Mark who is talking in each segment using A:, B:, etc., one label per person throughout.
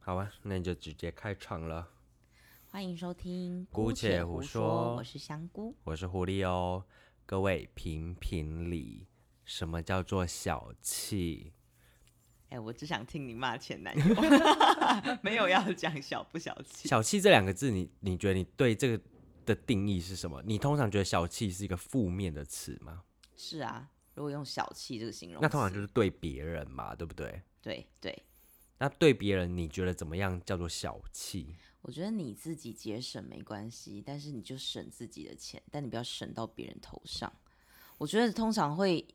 A: 好吧，那你就直接开场了。
B: 欢迎收听《
A: 姑且胡
B: 胡
A: 说
B: 我是香菇。
A: 我是狐狸哦，各位评评理，什么叫做小气？
B: 哎、我只想听你骂前 男友，没有要讲小不小气。
A: 小气这两个字你，你觉得你对这个的定义是什么？你通常觉得小气是一个负面的词吗？
B: 是啊，如果用小气这个形容词，
A: 那通常就是对别人嘛，对不对？
B: 对对。
A: 那对别人，你觉得怎么样叫做小气？
B: 我觉得你自己节省没关系，但是你就省自己的钱，但你不要省到别人头上。我觉得通常会，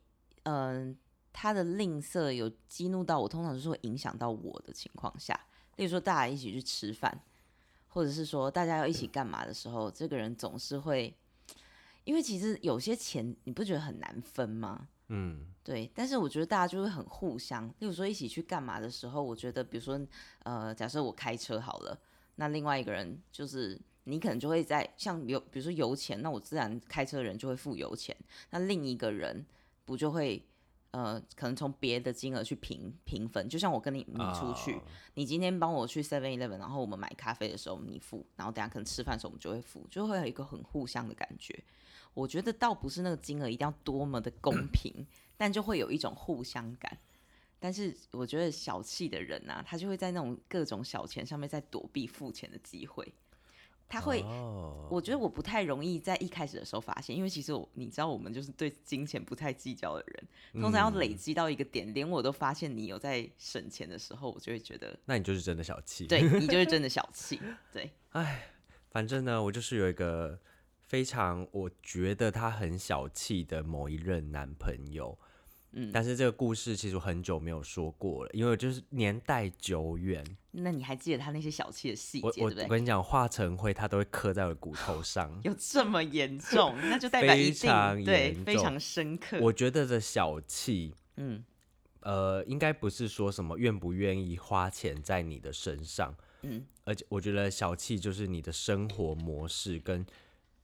B: 嗯、他的吝啬有激怒到我，通常就是会影响到我的情况下，例如说大家一起去吃饭，或者是说大家要一起干嘛的时候，这个人总是会，因为其实有些钱你不觉得很难分吗？
A: 嗯，
B: 对，但是我觉得大家就会很互相，例如说一起去干嘛的时候，我觉得比如说，呃，假设我开车好了，那另外一个人就是你可能就会在像油，比如说油钱，那我自然开车的人就会付油钱，那另一个人不就会呃，可能从别的金额去平平分，就像我跟你你出去，
A: 啊
B: 你今天帮我去 Seven Eleven，然后我们买咖啡的时候你付，然后等下可能吃饭的时候我们就会付，就会有一个很互相的感觉。我觉得倒不是那个金额一定要多么的公平，但就会有一种互相感。但是我觉得小气的人啊，他就会在那种各种小钱上面在躲避付钱的机会，他会
A: 哦，
B: 我觉得我不太容易在一开始的时候发现，因为其实我你知道，我们就是对金钱不太计较的人，通常要累积到一个点，连我都发现你有在省钱的时候，我就会觉得，
A: 那你就是真的小气。
B: 对你就是真的小气。对，
A: 反正呢，我就是有一个非常我觉得他很小气的某一任男朋友。嗯，但是这个故事其实我很久没有说过了，因为我就是年代久远。
B: 那你还记得他那些小气的细
A: 我
B: 节，
A: 我
B: 对不
A: 我
B: 对？。
A: 跟你讲，化成灰它都会刻在我的骨头上
B: 有这么 严重，那就代表一
A: 非常
B: 定对
A: 严
B: 非
A: 重
B: 常深 刻。
A: 我觉得的小气，
B: 嗯
A: 呃，应该不是说什么愿不愿意花钱在你的身上，
B: 嗯，
A: 而且我觉得小气就是你的生活模式跟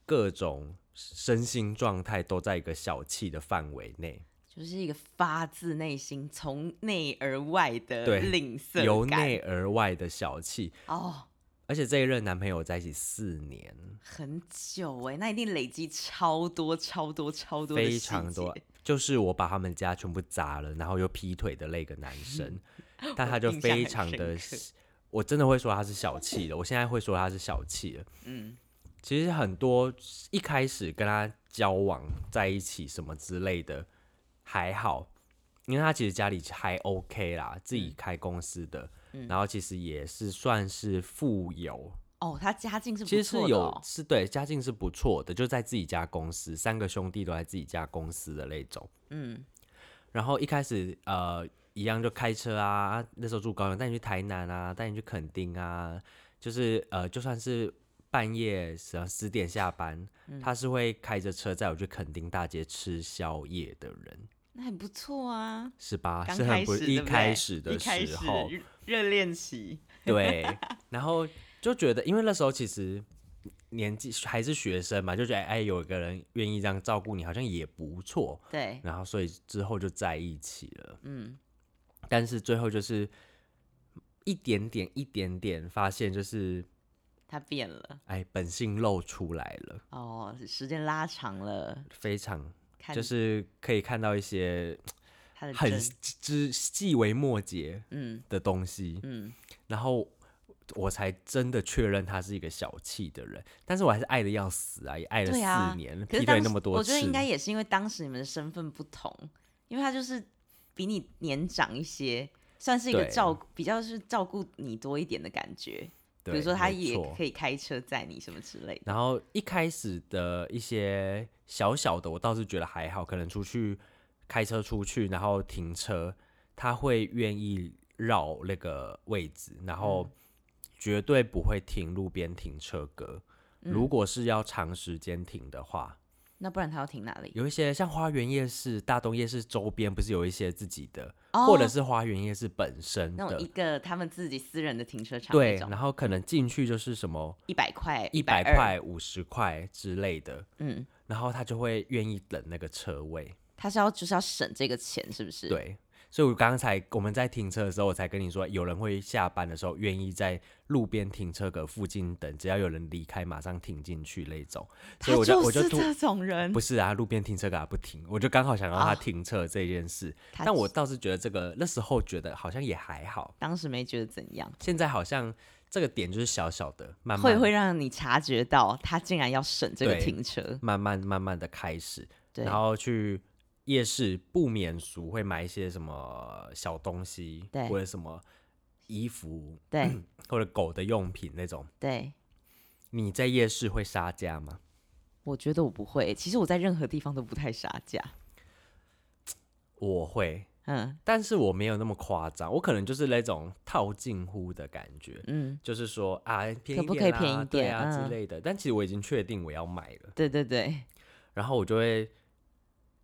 A: 各种身心状态都在一个小气的范围内。
B: 就是一个发自内心、从内而外的
A: 对
B: 吝
A: 由
B: 啬感
A: 内而外的小气，
B: 哦，
A: 而且这一任男朋友在一起四年，
B: 很久哎、那一定累积超多、超多、超多的
A: 非
B: 细
A: 常多
B: 节。，
A: 就是我把他们家全部砸了，然后又劈腿的那个男 生，但他就
B: 印象
A: 非
B: 很
A: 常的
B: 深刻，
A: 我真的会说他是小气的，我现在会说他是小气的。
B: 嗯
A: 其实很多一开始跟他交往在一起什么之类的还好，因为他其实家里还 OK 啦，自
B: 嗯
A: 己开公司的，然后其实也是算是富有，
B: 哦，他家境是不
A: 其实
B: 错
A: 是
B: 的
A: 有
B: 哦
A: 是对家境是不错的，就在自己家公司，三个兄弟都在自己家公司的那种。
B: 嗯，
A: 然后一开始呃一样就开车啊，那时候住高雄，带你去台南啊，带你去垦丁啊，就是呃就算是半夜十十点下班，
B: 嗯
A: 他是会开着车载我去垦丁大街吃宵夜的人，
B: 那很不错啊。
A: 是吧？
B: 刚
A: 是很
B: 开
A: 不
B: 始
A: 一
B: 对不
A: 开
B: 对
A: 始
B: 一
A: 的
B: 开
A: 时
B: 始
A: 候，
B: 热热恋期，
A: 对，然后就觉得，因为那时候其实年纪还是学生嘛，就觉得哎，有一个人愿意这样照顾你，好像也不错。
B: 对，
A: 然后所以之后就在一起了，
B: 嗯，
A: 但是最后就是一点点一点点发现，就是
B: 他变了
A: 哎，本性露出来了，
B: 哦，时间拉长了，
A: 非常
B: 看
A: 就是可以看到一些
B: 他的
A: 很
B: 真
A: 之细微末节
B: 嗯
A: 的东西，
B: 嗯，
A: 然后我才真的确认他是一个小气的人，但是我还是爱的要死啊，也爱了
B: 对啊
A: 四年，
B: 可
A: 劈
B: 是
A: 腿
B: 当
A: 那
B: 时
A: 么多
B: 我
A: 次，
B: 觉得应该也是因为当时你们的身份不同，因为他就是比你年长一些，算是一个
A: 对
B: 照顾比较是照顾你多一点的感觉。比
A: 对
B: 如说他
A: 没
B: 也
A: 错
B: 可以开车载你什么之类的。
A: 然后一开始的一些小小的，我倒是觉得还好，可能出去开车出去，然后停车，他会愿意绕那个位置，然
B: 嗯
A: 后绝对不会停路边停车格。
B: 嗯
A: 如果是要长时间停的话，
B: 那不然他要停哪里？
A: 有一些像花园夜市、大东夜市周边，不是有一些自己的，
B: 哦
A: 或者是花园夜市本身
B: 那种一
A: 的，
B: 个他们自己私人的停车场
A: 对
B: 那，种，
A: 然后可能进去就是什么
B: 一百块、
A: 一百
B: 120，
A: 块、五十块之类的，
B: 嗯，
A: 然后他就会愿意等那个车位。
B: 他是要就是要省这个钱，是不是？，
A: 对，所以我刚才我们在停车的时候，我才跟你说，有人会下班的时候愿意在路边停车格附近等，只要有人离开，马上停进去那种。所
B: 他
A: 以我就我
B: 是
A: 就突
B: 这种人
A: 不，是啊，路边停车格他不停，我就刚好想到他
B: 啊
A: 停车这件事。
B: 他
A: 但我倒是觉得这个那时候觉得好像也还好，
B: 当时没觉得怎样，
A: 现在好像这个点就是小小的，慢慢
B: 会会让你察觉到他竟然要省这个
A: 对
B: 停车，
A: 慢慢慢慢的开始，
B: 对，
A: 然后去夜市不免俗会买一些什么小东西，
B: 对
A: 或者什么衣服
B: 对
A: 或者狗的用品那种。
B: 对，
A: 你在夜市会杀价吗？
B: 我觉得我不会，其实我在任何地方都不太杀价，
A: 我会，
B: 嗯
A: 但是我没有那么夸张，我可能就是那种套近乎的感觉，
B: 嗯，
A: 就是说啊，便宜
B: 可不
A: 一
B: 可以
A: 点啦，
B: 便宜
A: 对
B: 点
A: 啊之
B: 嗯
A: 类的。但其实我已经确定我要买了，
B: 对对对，
A: 然后我就会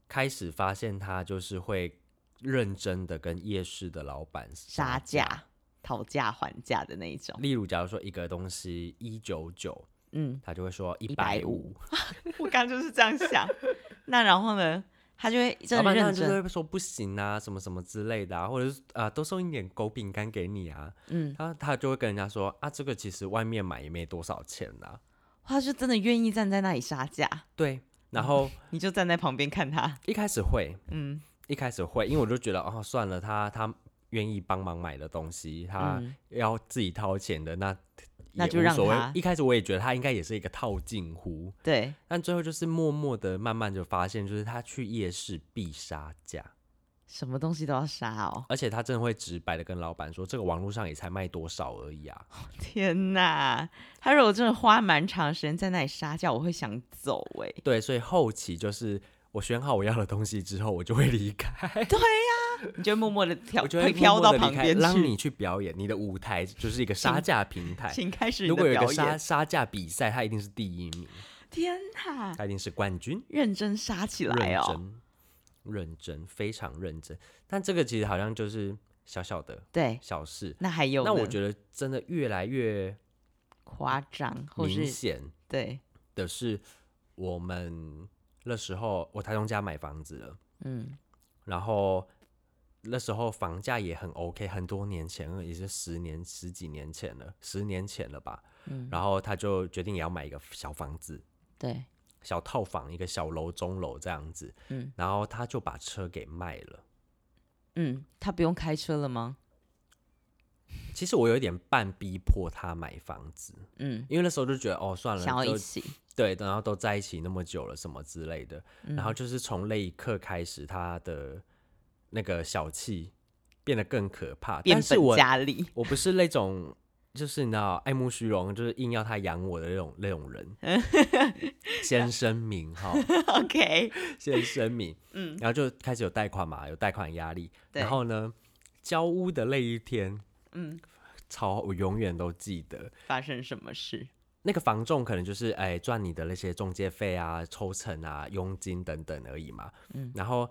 A: 开始发现他就是会认真的跟夜市的老板
B: 杀
A: 价。
B: 价、讨价还价的那一种，
A: 例如，假如说一个东西一九九，
B: 嗯，
A: 他就会说一百
B: 150
A: 五，
B: 我刚刚就是这样想， 那然后呢，他就会
A: 老
B: 真的
A: 板娘
B: 认
A: 就
B: 真，
A: 会说不行啊，什么什么之类的啊，或者是啊、多送一点狗饼干给你啊，
B: 嗯，
A: 他他就会跟人家说啊，这个其实外面买也没多少钱啦、
B: 他就真的愿意站在那里杀价，
A: 对，然后
B: 你就站在旁边看他，
A: 一开始会，
B: 嗯
A: 一开始会，因为我就觉得哦，算了，他他愿意帮忙买的东西，他
B: 嗯
A: 要自己掏钱的，那
B: 那
A: 也
B: 就
A: 无
B: 让
A: 所谓
B: 他
A: 一开始我也觉得他应该也是一个套近乎，
B: 对，
A: 但最后就是默默的、慢慢就发现，就是他去夜市必杀价，
B: 什么东西都要杀哦，
A: 而且他真的会直白的跟老板说，这个网络上也才卖多少而已啊。
B: 天哪！他如果真的花蛮长时间在那里杀价，我会想走哎、
A: 对，所以后期就是我选好我要的东西之后，我就会离开，
B: 你就会默默的飘，
A: 我就会
B: 会飘
A: 默默
B: 到
A: 地
B: 旁
A: 离开
B: 边
A: 让
B: 去，
A: 你去表演，你的舞台就是一个杀价平 台。
B: 请开始你
A: 如
B: 的
A: 果有一
B: 表
A: 个杀
B: 演。
A: 杀价比赛，他一定是第一名，
B: 天哪！
A: 他一定是冠军。
B: 认真杀起来
A: 认
B: 哦！
A: 真，认真，非常认真。但这个其实好像就是小小的
B: 对，
A: 小事，
B: 那还有
A: 那我
B: 呢
A: 觉得真的越来越
B: 夸张，或
A: 明
B: 是
A: 显
B: 对，
A: 的是，我们那时候我台中家买房子了，
B: 嗯，
A: 然后那时候房价也很 OK，很多年前了，也是十年十几年前了，十年前了吧。
B: 嗯
A: 然后他就决定也要买一个小房子，
B: 对，
A: 小套房，一个小楼中楼这样子。
B: 嗯
A: 然后他就把车给卖了。
B: 嗯，他不用开车了吗？
A: 其实我有一点半逼迫他买房子，
B: 嗯，
A: 因为那时候就觉得哦，算了，
B: 想要
A: 就
B: 一起，
A: 对，然后都在一起那么久了，什么之类的，
B: 嗯
A: 然后就是从那一刻开始，他的那个小气变得更可怕。
B: 变
A: 但是
B: 本
A: 我
B: 加厉，
A: 我不是那种就是你知道爱慕虚荣，就是硬要他养我的那种那种 人。先声明哈，
B: OK，
A: 先声明，
B: 嗯，
A: 然后就开始有贷款嘛，有贷款压力。
B: 对
A: 然后呢，交屋的那一天，
B: 嗯，
A: 超我永远都记得。
B: 发生什么事？
A: 那个房仲可能就是哎赚你的那些中介费啊、抽成啊、佣金等等而已嘛。
B: 嗯
A: 然后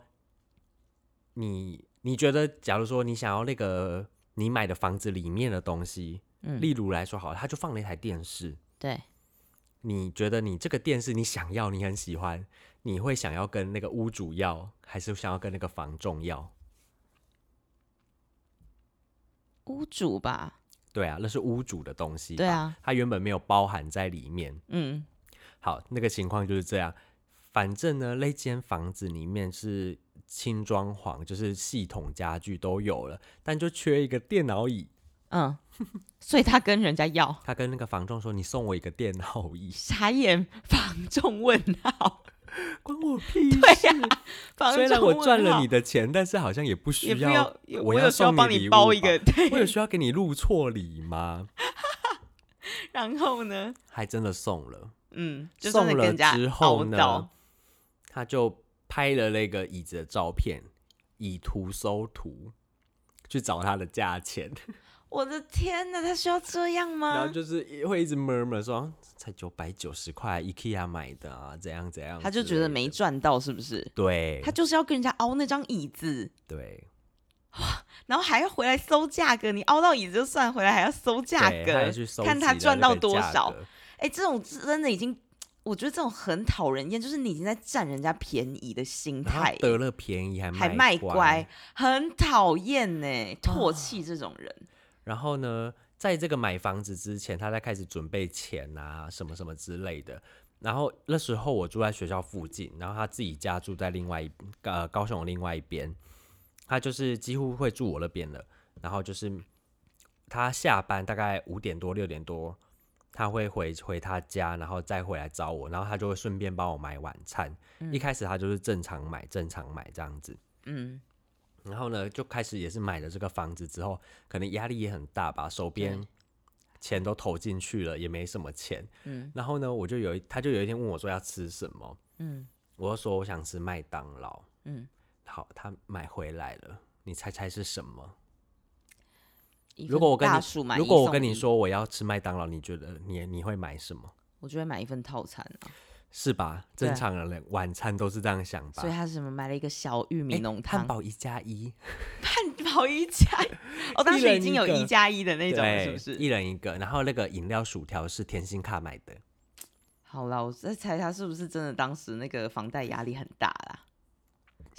A: 你你觉得，假如说你想要那个你买的房子里面的东西，
B: 嗯
A: 例如来说好了，他就放了一台电视。
B: 对，
A: 你觉得你这个电视你想要，你很喜欢，你会想要跟那个屋主要，还是想要跟那个房仲要？
B: 屋主吧，
A: 对啊，那是屋主的东西。
B: 对，啊，
A: 它原本没有包含在里面。
B: 嗯，
A: 好，那个情况就是这样。反正呢，那间房子里面是轻装潢，就是系统家具都有了，但就缺一个电脑椅。
B: 嗯， 所以他跟人家要，
A: 他跟那个房仲说：“你送我一个电脑椅
B: 傻眼， 房仲问号，
A: 关我屁
B: 对
A: 事。
B: 呀、房
A: 虽然
B: 仲
A: 我
B: 问
A: 赚了
B: 号
A: 你，的钱，但是好像也不
B: 也
A: 需
B: 不要，有
A: 我
B: 我有
A: 要
B: 时候
A: 送
B: 帮
A: 你
B: 你
A: 礼
B: 包
A: 物
B: 一个，
A: 吧
B: 对，
A: 我有需要给你入错礼吗？
B: 然后呢，
A: 还真的送了。
B: 嗯，就真
A: 送
B: 的跟
A: 了
B: 人家
A: 之
B: 凹
A: 后呢
B: 到，，
A: 他就拍了那个椅子的照片，以图搜图，去找它的价钱。
B: 我的天哪，他需要这样
A: 然
B: 吗
A: 后？就是会一直 murmur 说啊才九百九十块，IKEA 买的啊，怎样怎样之类的。
B: 他就觉得没赚到，是不是？
A: 对，
B: 他就是要跟人家凹那张椅子，
A: 对
B: 然后还要回来搜价格。你凹到椅子就算，回来还要搜价
A: 对他
B: 格
A: 还去，搜
B: 看他
A: 集了
B: 赚
A: 那
B: 到
A: 个
B: 多
A: 价
B: 少
A: 格。
B: 哎、这种真的已经，我觉得这种很讨人厌，就是你已经在占人家便宜的心
A: 然后
B: 态，
A: 得了便宜还
B: 还
A: 卖
B: 卖乖，很讨厌呢，
A: 啊
B: 唾弃这种人。
A: 然后呢，在这个买房子之前，他在开始准备钱啊，什么什么之类的。然后那时候我住在学校附近，然后他自己家住在另外一呃高雄的另外一边，他就是几乎会住我那边了。然后就是他下班大概五点多六点多，他会回回他家，然后再回来找我，然后他就会顺便帮我买晚餐。一开始他就是正常买，正常买这样子。
B: 嗯，
A: 然后呢，就开始也是买了这个房子之后，可能压力也很大吧，手边钱都投进去了，也没什么钱。
B: 嗯，
A: 然后呢，我就有一，他就有一天问我说要吃什么，
B: 嗯，
A: 我就说我想吃麦当劳，
B: 嗯，
A: 好，他买回来了，你猜猜是什么？
B: 一份
A: 如果我跟
B: 大薯
A: 你
B: 买，
A: 如果我跟你，说我要吃麦当劳，你觉得你你会买什么？
B: 我就会买一份套餐啊。
A: 是吧？
B: 对
A: 正常人类晚餐都是这样想吧
B: 所以？他是什么买了一个小玉米
A: 诶
B: 浓汤啊
A: 汉，堡一加一，
B: 汉堡一 加一，哦，当时已经有
A: 哎一人一个
B: 一加一的那种了，
A: 对，
B: 是不是？
A: 一人一个，然后那个饮料薯条是甜心卡买的。
B: 好啦，我在猜他是不是真的当时那个房贷压力很大啦？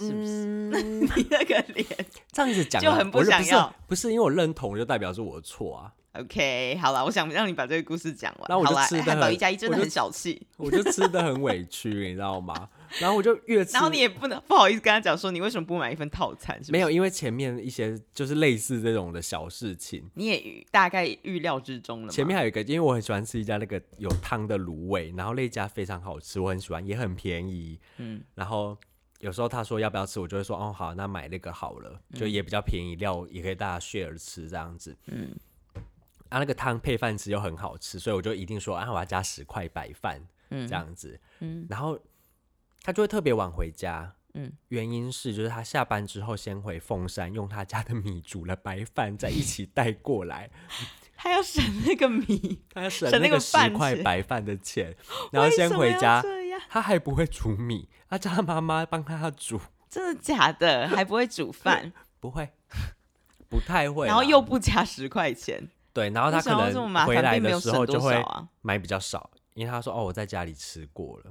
B: 是 不是？
A: 嗯、
B: 你那个脸
A: 这样子讲啊
B: 就很不
A: 我是
B: 想要
A: 不是，不是因为我认同就代表是我的错啊，
B: ，OK，好啦，我想让你把这个故事讲完。
A: 那我就
B: 好啦
A: 吃得
B: 汉堡
A: 很
B: 一加一真
A: 我
B: 的
A: 就
B: 很小气，
A: 我就吃的很委屈，你知道吗？然后我就越吃，
B: 然后你也不能不好意思跟他讲说你为什么不买一份套餐，是不是
A: 没有，，因为前面一些就是类似这种的小事情，
B: 你也预大概预料之中了嘛。
A: 前面还有一个，因为我很喜欢吃一家那个有汤的卤味，然后那家非常好吃，我很喜欢，也很便宜。
B: 嗯，
A: 然后有时候他说要不要吃，我就会说哦好，那买那个好了，就也比较便宜，料也可以大家 share 吃这样子。嗯，啊那个汤配饭吃又很好吃，所以我就一定说啊我要加十块白饭，嗯这样子。嗯，然后他就会特别晚回家。
B: 嗯，
A: 原因是就是他下班之后先回凤山，用他家的米煮了白饭，再一起带过来。
B: 他要省那个米，
A: 他省
B: 省
A: 那
B: 那
A: 个
B: 个
A: 十
B: 饭
A: 块
B: 钱
A: 白饭的钱， 然后先回
B: 为什么要
A: 家，
B: 这样
A: 他还不会煮米，他叫他妈妈帮他煮，
B: 真的假的？还不会煮饭，
A: 不会，不太会啦，
B: 然后又不加十块钱，
A: 对，然后他
B: 为什么要
A: 可
B: 这么
A: 能
B: 麻
A: 回
B: 烦，
A: 来
B: 并没
A: 的
B: 有
A: 时
B: 省
A: 候就
B: 多
A: 会
B: 少啊。
A: 买比较少，因为他说哦我在家里吃过了，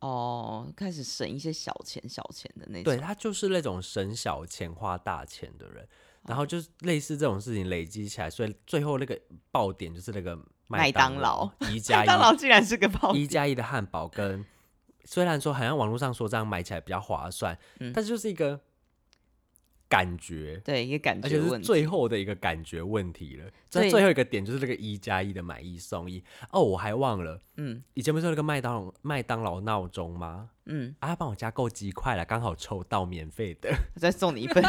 B: 哦，开始省一些小钱小钱的那种。
A: 对他就是那种省小钱花大钱的人。
B: 嗯
A: 然后就是类似这种事情累积起来，所以最后那个爆点就是那个
B: 麦当
A: 当
B: 劳
A: 一加
B: 麦
A: 一
B: 当劳竟然是个爆
A: 一加一的汉堡跟，虽然说好像网络上说这样买起来比较划算，
B: 嗯
A: 但是就是一个感觉，
B: 对，一个感
A: 而
B: 觉
A: 且是
B: 问题。
A: 最后的一个感觉问题了。
B: 对
A: 在最后一个点就是这个一加一的买一送一哦，我还忘了，
B: 嗯
A: 以前不是有那个麦当劳麦当劳闹钟吗？
B: 嗯，
A: 啊，他帮我加购几块了，刚好抽到免费 的。
B: 我再送你一 份。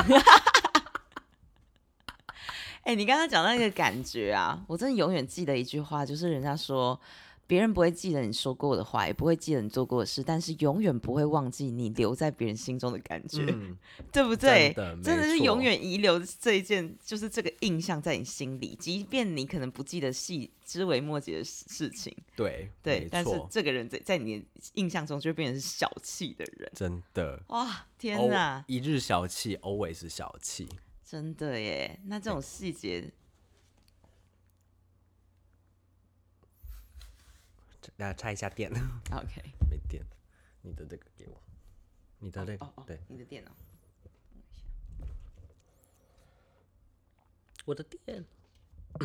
B: 哎、你刚刚讲那个感觉啊，我真的永远记得一句话，就是人家说，别人不会记得你说过的话，也不会记得你做过的事，但是永远不会忘记你留在别人心中的感觉，
A: 嗯，
B: 对不对？
A: 真的
B: 真的
A: 没
B: 是
A: 错
B: 永远遗留这一件，就是这个印象在你心里，即便你可能不记得细枝微末节的事事情，
A: 对
B: 对
A: 没，
B: 但是
A: 错，
B: 这个人在在你的印象中就会变成是小气的人。
A: 真的。
B: 哇，天
A: 偶
B: 哪！
A: 一日小气，always 小气。
B: 真的耶，那这种细节，
A: 大家插一下电。
B: OK，
A: 没电，你的这个给我，你的那个、
B: 哦哦，
A: 对，
B: 你的电脑，
A: 我的电。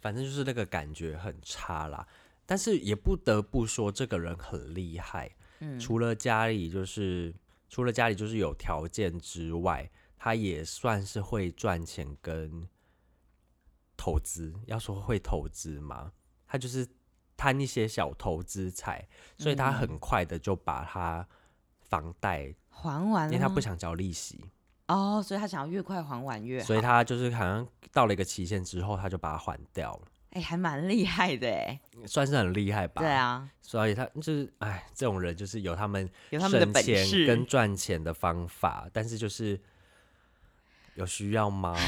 A: 反正就是那个感觉很差啦，但是也不得不说，这个人很厉害。
B: 嗯
A: 除了家里就是除了家里就是有条件之外，他也算是会赚钱跟投资。要说会投资嘛，他就是贪一些小投资财，所以他很快的就把他房贷，
B: 还完
A: 因
B: 了吗，
A: 为他不想交利息，
B: 哦，所以他想要越快还完越好，
A: 所以他就是好像到了一个期限之后，他就把它还掉了，
B: 哎、还蛮厉害的 哎，
A: 算是很厉害吧？
B: 对。啊，
A: 所以他就是，哎，这种人就是有他们
B: 有他们的
A: 省
B: 本
A: 钱
B: 事，
A: 跟赚钱的方法，但是就是有需要吗？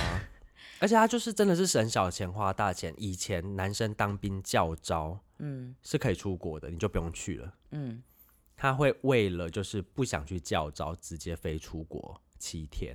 A: 而且他就是真的是省小钱花大钱。以前男生当兵教招
B: 嗯
A: 是可以出国的，你就不用去了。
B: 嗯，
A: 他会为了就是不想去教招，直接飞出国七天。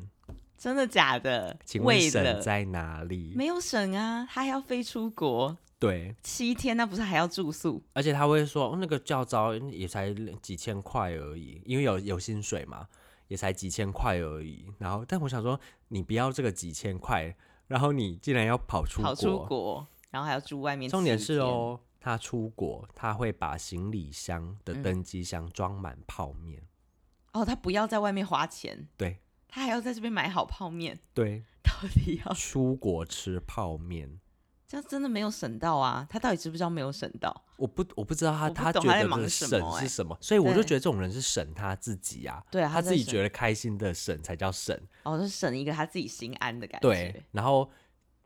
B: 真的假的？
A: 请问
B: 为
A: 省
B: 了
A: 在哪里？
B: 没有省啊，他还要飞出国，
A: 对，
B: 七天那不是还要住宿？
A: 而且他会说、哦那个教招也才几千块而已，因为有有薪水嘛，也才几千块而已。然后，但我想说，你不要这个几千块，然后你竟然要跑出
B: 跑出国，然后还要住外面。
A: 重点是，哦，他出国他会把行李箱的
B: 嗯
A: 登机箱装满泡面。
B: 哦，他不要在外面花钱，
A: 对
B: 他还要在这边买好泡面，
A: 对，
B: 到底要
A: 出国吃泡面，
B: 这样真的没有省到啊？他到底知不知道没有省到？
A: 我不我不知道他
B: 我不
A: 他觉
B: 懂他在
A: 得
B: 忙
A: 的
B: 什
A: 省
B: 么欸
A: 是什么，所以我就
B: 对
A: 觉得这种人是省他自己啊。
B: 对啊，
A: 他自己
B: 得
A: 觉得开心的省才叫省，
B: 哦，就省一个他自己心安的感觉。
A: 对，，然后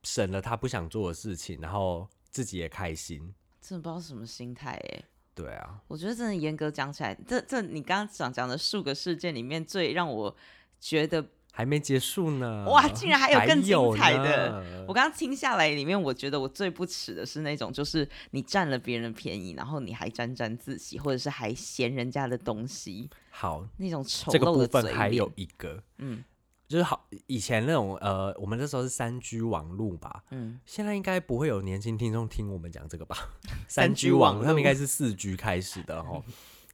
A: 省了他不想做的事情，然后自己也开心，
B: 真的不知道什么心态哎、
A: 对啊，
B: 我觉得真的严格讲起来，这这你刚刚讲讲的数个事件里面，最让我觉得
A: 还没结束呢，
B: 哇竟然还有更精彩
A: 还有
B: 的
A: 呢
B: 我刚刚听下来里面，我觉得我最不耻的是那种，就是你占了别人的便宜，然后你还沾沾自喜，或者是还嫌人家的东西，
A: 好，
B: 那种丑
A: 这个
B: 陋
A: 部
B: 的嘴
A: 分
B: 脸。
A: 还有一个，
B: 嗯
A: 就是好以前那种呃，我们那时候是三 G 网路吧，
B: 嗯，
A: 现在应该不会有年轻听众听我们讲这个 吧？
B: 三
A: 三
B: G
A: G
B: 网
A: 网
B: 络
A: 络，他们应该是四 G 开始的哦。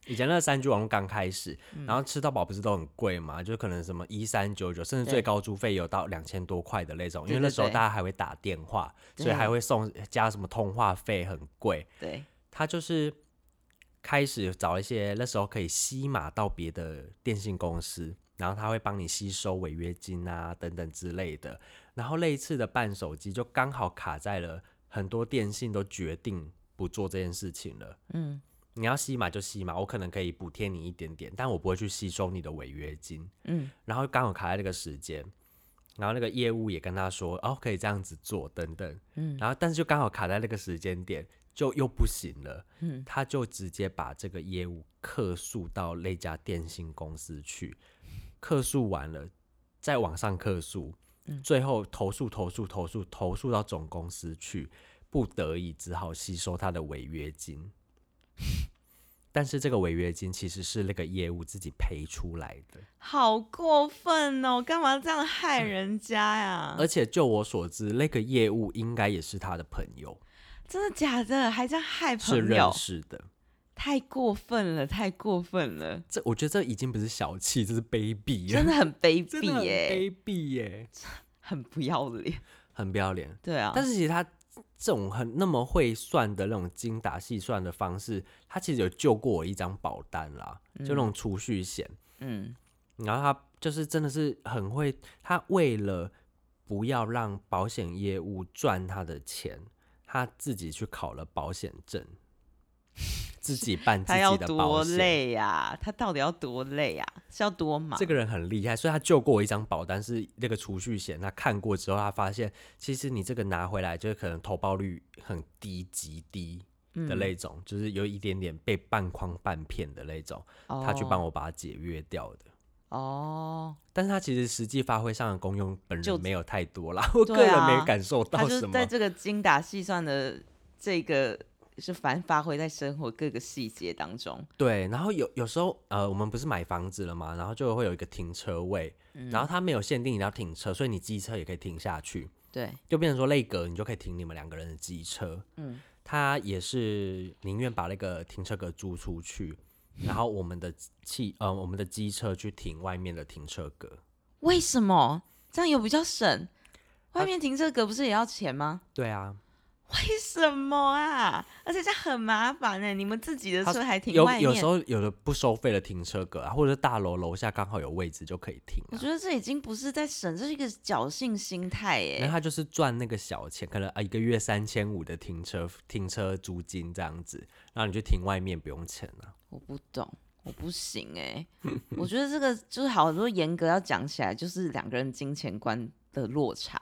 A: 以前那三 G 网络刚开始，
B: 嗯
A: 然后吃到饱不是都很贵嘛？就可能什么一三九九，甚至
B: 对
A: 最高租费有到两千多块的那种，因为
B: 对对
A: 那时候
B: 对
A: 大家还会打电话，所以
B: 对
A: 还会送加什么通话费很贵。
B: 对，
A: 他就是开始找一些那时候可以吸码到别的电信公司，然后他会帮你吸收违约金啊等等之类的。然后那一次的办手机就刚好卡在了很多电信都决定不做这件事情了。
B: 嗯，
A: 你要吸码就吸码，我可能可以补贴你一点点，但我不会去吸收你的违约金。
B: 嗯，
A: 然后刚好卡在那个时间，然后那个业务也跟他说，哦，可以这样子做等等。
B: 嗯，
A: 然后但是就刚好卡在那个时间点，就又不行了。
B: 嗯，
A: 他就直接把这个业务客诉到那家电信公司去，客诉完了，再往上客诉，
B: 嗯
A: 最后投诉投诉投诉投诉到总公司去，不得已只好吸收他的违约金。 但是这个违约金其实是那个业务自己赔出来的，
B: 好过分哦！干嘛这样害人家呀？
A: 而且就我所知，那个业务应该也是他的朋友，
B: 真的假的？还这样害
A: 是
B: 朋
A: 认
B: 友？
A: 识的。
B: 太过分了，太过分了，
A: 这我觉得这已经不是小气，这是卑鄙
B: 真
A: 了，
B: 的很卑
A: 真
B: 鄙
A: 的很
B: 耶、
A: 卑鄙耶、
B: 很不要脸。
A: 很不要脸。
B: 对啊，
A: 但是其实他这种很那么会算的那种精打细算的方式，他其实有救过我一张保单啦，就那种储蓄险。
B: 嗯，
A: 然后他就是真的是很会，他为了不要让保险业务赚他的钱，他自己去考了保险证，自己办自
B: 他要
A: 己的保
B: 多
A: 险。
B: 累呀、他到底要多累呀、是要多忙？
A: 这个人很厉害，所以他救过我一张保单，是那个储蓄险。他看过之后，他发现其实你这个拿回来就是可能投报率很低，极低
B: 嗯
A: 的那种，就是有一点点被半诓半骗的那种。
B: 哦
A: 他去帮我把它解约掉的。
B: 哦，
A: 但是它其实实际发挥上的功用，本
B: 就
A: 人没有太多啦， 我
B: 对
A: 个人
B: 啊
A: 没感受
B: 他
A: 到
B: 就是
A: 什么。
B: 在这个精打细算的这个是反发挥在生活各个细节当中。
A: 对，然后有有时候呃，我们不是买房子了嘛，然后就会有一个停车位，
B: 嗯
A: 然后它没有限定你要停车，所以你机车也可以停下去，
B: 对，
A: 就变成说内格你就可以停你们两个人的机车。
B: 嗯，
A: 他也是宁愿把那个停车格租出去，然后我们的汽呃我们的机车去停外面的停车格。
B: 为什么这样有比较省？外面停车格不是也要钱吗？
A: 对啊，
B: 为什么啊？而且这样很麻烦呢、你们自己的
A: 他
B: 车还停
A: 有
B: 外面。
A: 有时候有的不收费的停车格啊，或者是大楼楼下刚好有位置就可以停、
B: 我
A: 啊。
B: 觉得这已经不是在省，这是一个侥幸心态欸耶、
A: 然后他就是赚那个小钱，可能啊一个月三千五的停车停车租金这样子，然后你去停外面不用钱啊。
B: 我不懂，我不行哎、 我觉得这个就是好多严格要讲起来，就是两个人金钱观的落差，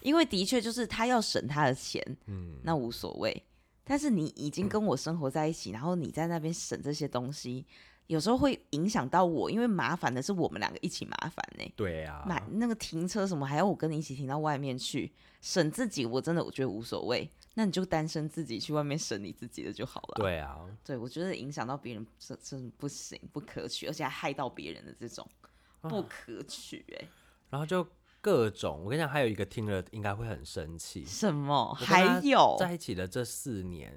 B: 因为的确就是他要省他的钱，嗯，那无所谓。但是你已经跟我生活在一起，然后你在那边省这些东西，有时候会影响到我，因为麻烦的是我们两个一起麻烦呢、
A: 对啊，
B: 买那个停车什么，还要我跟你一起停到外面去，省自己，我真的我觉得无所谓。那你就单身自己去外面省你自己的就好了。
A: 对啊，
B: 对，我觉得影响到别人这真的不行，不可取，而且还害到别人的这种不可取、欸。
A: 然后就各种。我跟你讲，还有一个听了应该会很生气。
B: 什么？
A: 我跟
B: 还
A: 他
B: 有
A: 在一起的这四年，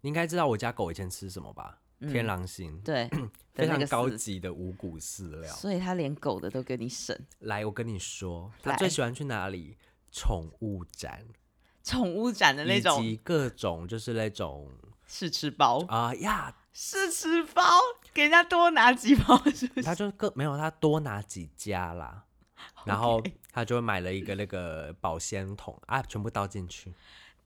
A: 你应该知道我家狗以前吃什么吧？天
B: 嗯、
A: 狼星，
B: 对
A: 非
B: 的那
A: 常
B: 个
A: 高
B: 饲
A: 级的五谷饲料。
B: 所以他连狗的都跟你省，
A: 来，我跟你说，他
B: 来
A: 最喜欢去哪里？宠物展，
B: 宠物展的那
A: 以
B: 种
A: 及各种就是那种
B: 试吃包，
A: 啊呀，
B: 试吃包给人家多拿几包是不是？
A: 他就各没有他多拿几家啦，然后他就买了一个那个保鲜桶啊，全部倒进去。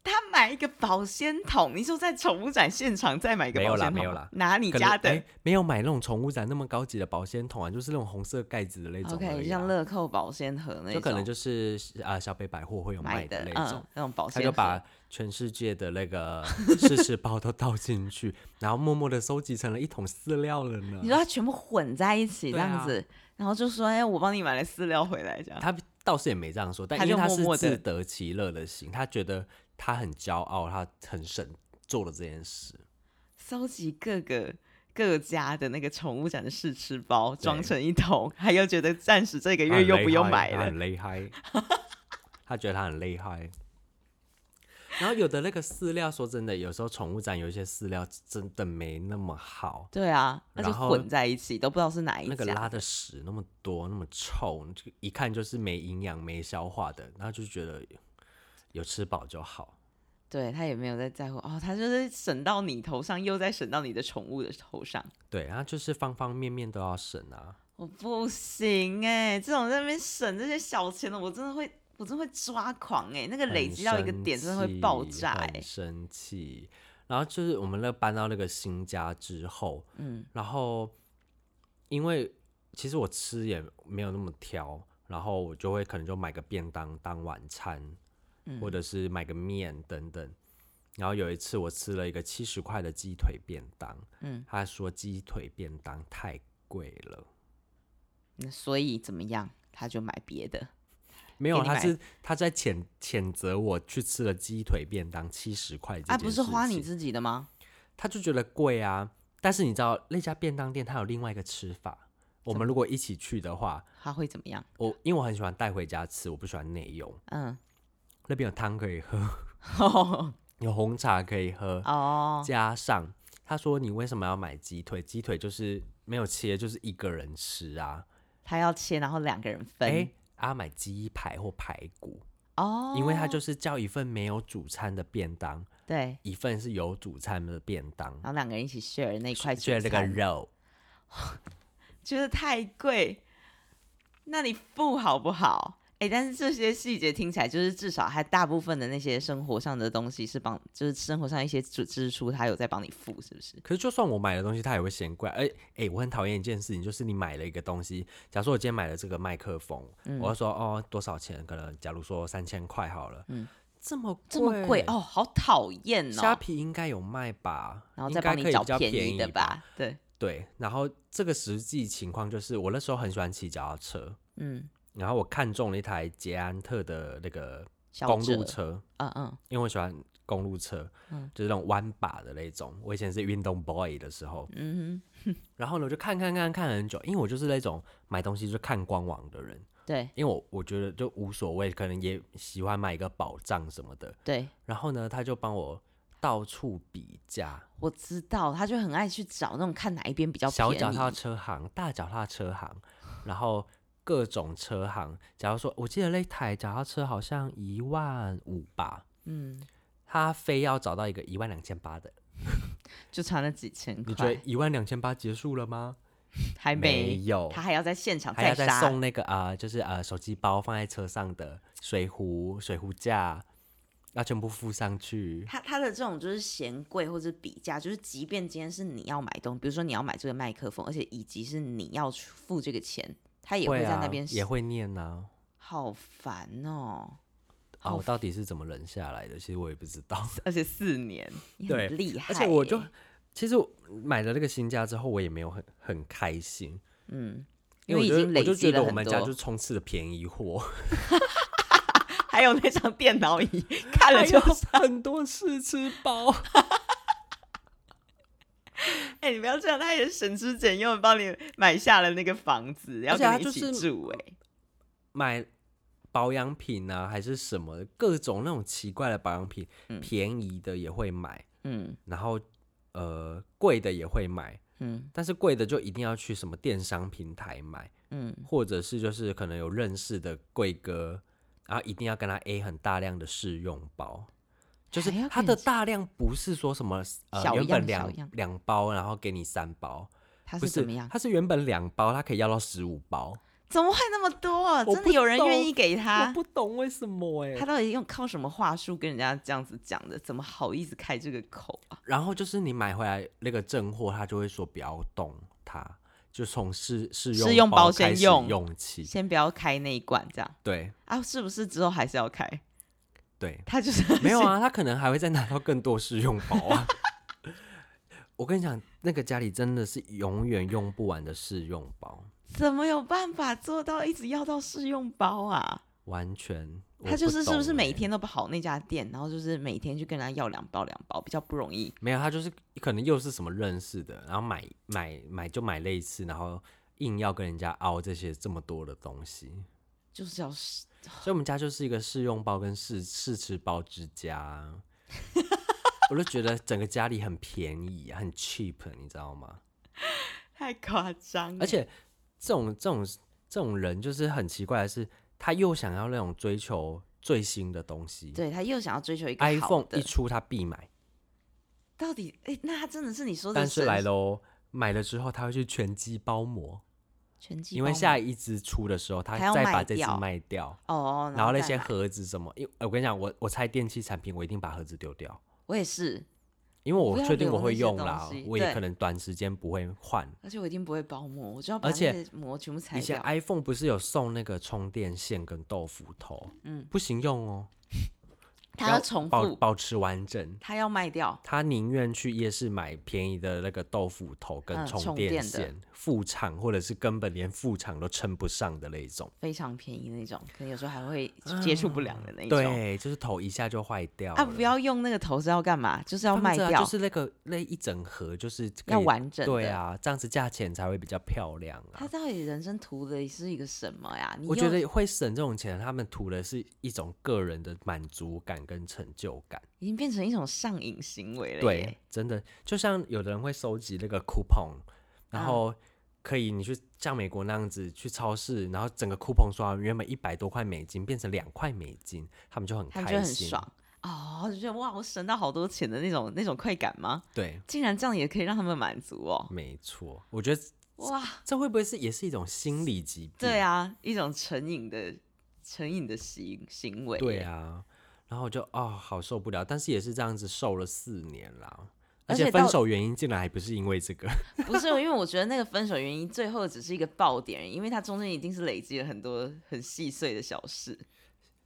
B: 他买一个保鲜桶，你说在宠物展现场再买一个
A: 没有
B: 保
A: 啦
B: 鲜桶吗，
A: 没有啦
B: 拿你
A: 可能
B: 家的、
A: 哎没有买那种宠物展那么高级的保鲜桶啊，就是那种红色盖子的那种
B: o
A: 而
B: k
A: 已啊
B: 像乐扣保鲜盒那种，
A: 就可能就是啊、小北百货会有卖
B: 买
A: 的
B: 的
A: 那种
B: 嗯。那种保
A: 他
B: 鲜
A: 就
B: 盒，
A: 把全世界的那个试吃包都倒进 去，然后默默的收集成了一桶饲料了
B: 你
A: 呢。
B: 说它全部混在一起这
A: 对啊
B: 样子，然后就说哎、我帮你买了饲料回来这样，
A: 他倒是也没这样说，但
B: 他
A: 因为
B: 就
A: 他
B: 默
A: 是
B: 默地
A: 自得其乐的型，他觉得他很骄傲，他很省做了这件事。
B: 搜集各个。各家的那个宠物展的试吃包装成一桶，还有觉得暂时这个
A: 他啊
B: 月
A: 很
B: 又
A: 厉
B: 不用
A: 害
B: 买
A: 他
B: 了，
A: 很厉害， 他觉得他很厉害。然后有的那个饲料，说真的，有时候宠物展有一些饲料真的没那么好，
B: 对啊，那就
A: 然后
B: 混在一起，都不知道是哪一
A: 那个
B: 家
A: 拉的屎那么多，那么臭，这个一看就是没营养、没消化的，然后就觉得有吃饱就好。
B: 对他也没有在在乎哦，他就是省到你头上，又再省到你的宠物的头上。
A: 对，然后就是方方面面都要省啊。
B: 我不行哎、这种在那边省这些小钱的，我真的会，我真的会抓狂哎、那个累
A: 很
B: 积到一个
A: 生
B: 点，真的会
A: 气
B: 爆炸哎、
A: 很生气。然后就是我们那搬到那个新家之后，
B: 嗯，
A: 然后因为其实我吃也没有那么挑，然后我就会可能就买个便当当晚餐，
B: 嗯
A: 或者是买个面等等。然后有一次我吃了一个七十块的鸡腿便当，
B: 嗯，
A: 他说鸡腿便当太贵了，
B: 那所以怎么样，他就买别的。
A: 没有，
B: 给你
A: 他
B: 买
A: 是他在谴谴责我去吃了鸡腿便当七十块这
B: 啊，
A: 件
B: 不是花
A: 事
B: 你
A: 情
B: 自己的吗？
A: 他就觉得贵啊。但是你知道那家便当店它有另外一个吃法，我们如果一起去的话，
B: 他会怎么样？
A: 我因为我很喜欢带回家吃，我不喜欢内用。
B: 嗯，
A: 那边有汤可以喝，
B: 哦
A: 有红茶可以喝，
B: 哦，
A: 加上他说你为什么要买鸡腿？鸡腿就是没有切，就是一个人吃啊。
B: 他要切，然后两个人分。
A: 哎、啊买鸡排或排骨，
B: 哦，
A: 因为他就是叫一份没有主餐的便当，
B: 对，
A: 一份是有主餐的便当
B: 然，后两个人一起 share 那一块主
A: 觉得这个
B: 餐
A: 肉
B: 觉得太贵，那你付好不好？哎、但是这些细节听起来，就是至少还大部分的那些生活上的东西是帮，就是生活上一些支支出，他有在帮你付，是不是？
A: 可是就算我买的东西，他也会嫌贵。哎、哎、我很讨厌一件事情，就是你买了一个东西，假如说我今天买了这个麦克风，
B: 嗯
A: 我要说哦多少钱？可能假如说三千块好了，嗯
B: 嗯，
A: 这么
B: 这么贵，哦，好讨厌
A: 虾
B: 哦。
A: 皮应该有卖吧？
B: 然后
A: 啊应
B: 再
A: 该
B: 帮
A: 可
B: 你
A: 以
B: 找
A: 比较便
B: 宜的
A: 吧？
B: 吧？对，
A: 对，然后这个实际情况就是，我那时候很喜欢骑脚踏车，
B: 嗯，
A: 然后我看中了一台捷安特的那个
B: 小
A: 公
B: 折
A: 路，车，
B: 嗯嗯，
A: 因为我喜欢公路车，就是那种弯把的那种。我以前是运动 boy 的时候，
B: 嗯
A: 然后呢，我就看看看看很久，因为我就是那种买东西就看官网的人，
B: 哼，对
A: 因为我我觉得就无所谓，可能也喜欢买一个保障什么的。
B: 对，
A: 然后呢，他就帮我到处比价，
B: 我知道，他就很爱去找那种看哪一边比较
A: 小
B: 便
A: 脚踏
B: 宜，
A: 车行、大脚踏车行，然后各种车行。假如说，我记得那台脚踏车好像一万五吧，
B: 嗯，
A: 他非要找到一个一万两千八的，
B: 就差那几千
A: 你觉得
B: 块，
A: 一万两千八结束了吗？
B: 还
A: 没
B: 没，
A: 有，
B: 他还要在现场
A: 还要再
B: 杀，
A: 送那个啊、呃就是呃手机包放在车上的水壶、水壶架，要全部附上去。
B: 他他的这种就是嫌贵或者比价，就是即便今天是你要买东西，比如说你要买这个麦克风，而且以及是你要出付这个钱，他也会在那边
A: 啊、
B: 写、
A: 也会念呐、
B: 好烦哦。
A: 啊。
B: 好
A: 我到底是怎么忍下来的？其实我也不知 道。
B: 而且四年，你很
A: 对
B: 厉害欸
A: 而
B: 耶，
A: 且我就其实我买了那个新家之后，我也没有很很开心，
B: 嗯，
A: 因
B: 为
A: 我
B: 已
A: 觉
B: 经
A: 得我
B: 累
A: 就觉
B: 积
A: 得
B: 了
A: 我
B: 很
A: 们
B: 多，
A: 家就充斥了便宜货，
B: 还有那张电脑椅，看了
A: 还
B: 就
A: 有很多试吃包。
B: 哎、你不要这样，他也省吃俭用地帮你买下了那个房子，
A: 而
B: 要
A: 且他
B: 跟你一
A: 就
B: 起
A: 是
B: 住哎、
A: 买保养品啊，还是什么各种那种奇怪的保养品，
B: 嗯
A: 便宜的也会买，
B: 嗯
A: 然后呃贵的也会买，
B: 嗯
A: 但是贵的就一定要去什么电商平台买，
B: 嗯
A: 或者是就是可能有认识的贵哥，然后一定要跟他 A 很大量的试用包。就是
B: 还要
A: 它
B: 给
A: 的
B: 人
A: 大量不是说什么呃
B: 小
A: 原
B: 样
A: 本
B: 小
A: 两
B: 样
A: 两包，然后给你三包，
B: 它
A: 不
B: 是怎
A: 是
B: 么样？
A: 它是原本两包，它可以要到十五包，
B: 怎么会那么多？
A: 我
B: 啊真
A: 不
B: 的有人愿
A: 懂
B: 意给他
A: 我？不懂为什么哎、
B: 他到底用靠什么话术跟人家这样子讲的？怎么好意思开这个口啊？
A: 然后就是你买回来那个正货，他就会说不要动它，就从试试用
B: 试用
A: 开
B: 包先
A: 始
B: 用
A: 用起。
B: 先不要开那一罐这样
A: 对
B: 啊？是不是之后还是要开？
A: 对，
B: 他就是
A: 没有啊，他可能还会再拿到更多试用包啊。 我跟你讲，那个家里真的是永远用不完的试用包，
B: 怎么有办法做到一直要到试用包啊？
A: 完全我
B: 他就是是
A: 懂
B: 不是每
A: 欸
B: 天都跑那家店，然后就是每天去跟人家要两包两包，比较不容易。
A: 没有，他就是可能又是什么认识的，然后买买买就买类似，然后硬要跟人家凹这些这么多的东西，
B: 就是要试
A: 所以我们家就是一个试用包跟试试吃包之 家。我就觉得整个家里很便宜，啊很 cheap，你知道吗？
B: 太夸张了，
A: 而且这种这种这种人就是很奇怪的是，他又想要那种追求最新的东西
B: 对他又想要追求一个好
A: ，iPhone
B: 的
A: 一，出他必买，
B: 到底哎、那他真的是你说的
A: 但是来
B: 神
A: 喽，买了之后他会去全机包膜。
B: 全击
A: 因
B: 包吗，
A: 为下一只出的时候，他
B: 还要
A: 再
B: 卖
A: 把这只
B: 掉
A: 卖掉，
B: 哦，
A: 然后那
B: 再
A: 些
B: 买
A: 盒子什么，因为我跟你讲，我我拆电器产品，我一定把盒子丢掉，
B: 我也是，
A: 因为我
B: 不要
A: 确定
B: 留
A: 我会
B: 那些
A: 用
B: 东
A: 啦
B: 西，
A: 我也
B: 对
A: 可能短时间不会换。
B: 而且我一定不会包膜，我就要把
A: 而且
B: 那些膜全部裁
A: 以前
B: 掉。
A: iPhone 不是有送那个充电线跟豆腐头，
B: 嗯
A: 不行用哦，
B: 他要重
A: 保
B: 复，
A: 保持完整。
B: 他要卖掉，
A: 他宁愿去夜市买便宜的那个豆腐头跟
B: 嗯
A: 充
B: 充电
A: 电
B: 的
A: 线，副厂或者是根本连副厂都称不上的那一种。
B: 非常便宜那种，可能有时候还会接触不良的那种。
A: 啊对，就是头一下就坏掉
B: 啊，
A: 了
B: 不要用那个头是要干嘛？就是要
A: 放
B: 卖
A: 着啊
B: 掉，
A: 就是那个那一整盒，就是可
B: 要
A: 以
B: 完整的。
A: 对，啊，这样子价钱才会比较漂亮
B: 他
A: 啊。
B: 到底人生图的是一个什么呀？你
A: 我
B: 又
A: 觉得会省这种钱，他们图的是一种个人的满足感跟成就感。
B: 已经变成一种上瘾行为了。
A: 对，，真的，就像有的人会收集那个 coupon，然
B: 啊
A: 后可以你去像美国那样子去超市，然后整个 coupon 刷完原本一百多块美金变成两块美金，他们就很
B: 他们就
A: 开
B: 很
A: 心。
B: 爽哦，就觉得哇，我省到好多钱的那种那种快感吗？
A: 对，
B: 竟然这样也可以让他们满足哦，
A: 没错，我觉得
B: 哇！
A: 这会不会是也是一种心理疾病？
B: 对啊，一种成瘾的成瘾的行行为。
A: 对，啊，然后我就哦，好受不了，但是也是这样子瘦了四年啦。而
B: 而
A: 且
B: 且
A: 分
B: 到
A: 手原因竟然还不是因为这个，
B: 不是因为我觉得那个分手原因最后只是一个爆点，因为它中间一定是累积了很多很细碎的小事。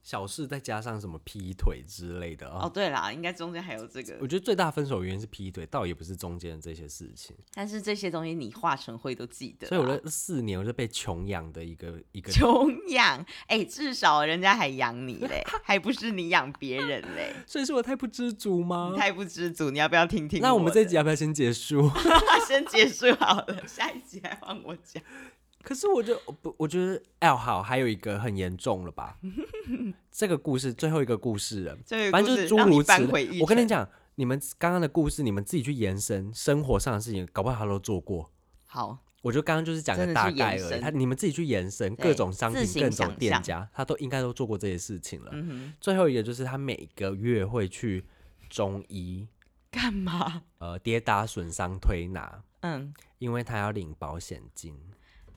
A: 小事再加上什么劈腿之类的
B: 哦，
A: 哦。
B: 对啦，应该中间还有这个
A: 我，觉得最大分手原因是劈腿，倒也不是中间的这些事情。
B: 但是这些东西你化成灰都记得啊。
A: 所以我的四年我就被穷养的一个一个，
B: 穷养，哎、至少人家还养你嘞，还不是你养别人嘞，
A: 所以是我太不知足吗
B: 你？太不知足。你要不要听听的？
A: 那我们这一集要不要先结束？
B: 先结束好了，下一集还换我讲。
A: 可是我就我不，我觉得哎好，还有一个很严重了吧？ 这个故事最后一个故事了，
B: 这个
A: 反
B: 故
A: 正就是
B: 事
A: 诸
B: 让你
A: 如此
B: 扳回
A: 类。
B: 一
A: 我跟你
B: 城，
A: 讲，你们刚刚的故事，你们自己去延伸生活上的事情，搞不好他都做过。
B: 好，
A: 我就刚刚就是讲个
B: 真的
A: 大
B: 去延
A: 概而已，
B: 伸
A: 他你们自己去延伸
B: 对
A: 各种商
B: 自
A: 品、
B: 行
A: 各种
B: 想
A: 店
B: 象
A: 家，他都应该都做过这些事情了。
B: 嗯哼，
A: 最后一个就是他每个月会去中医，
B: 干嘛？
A: 呃，跌打损伤推拿，
B: 嗯，
A: 因为他要领保险金，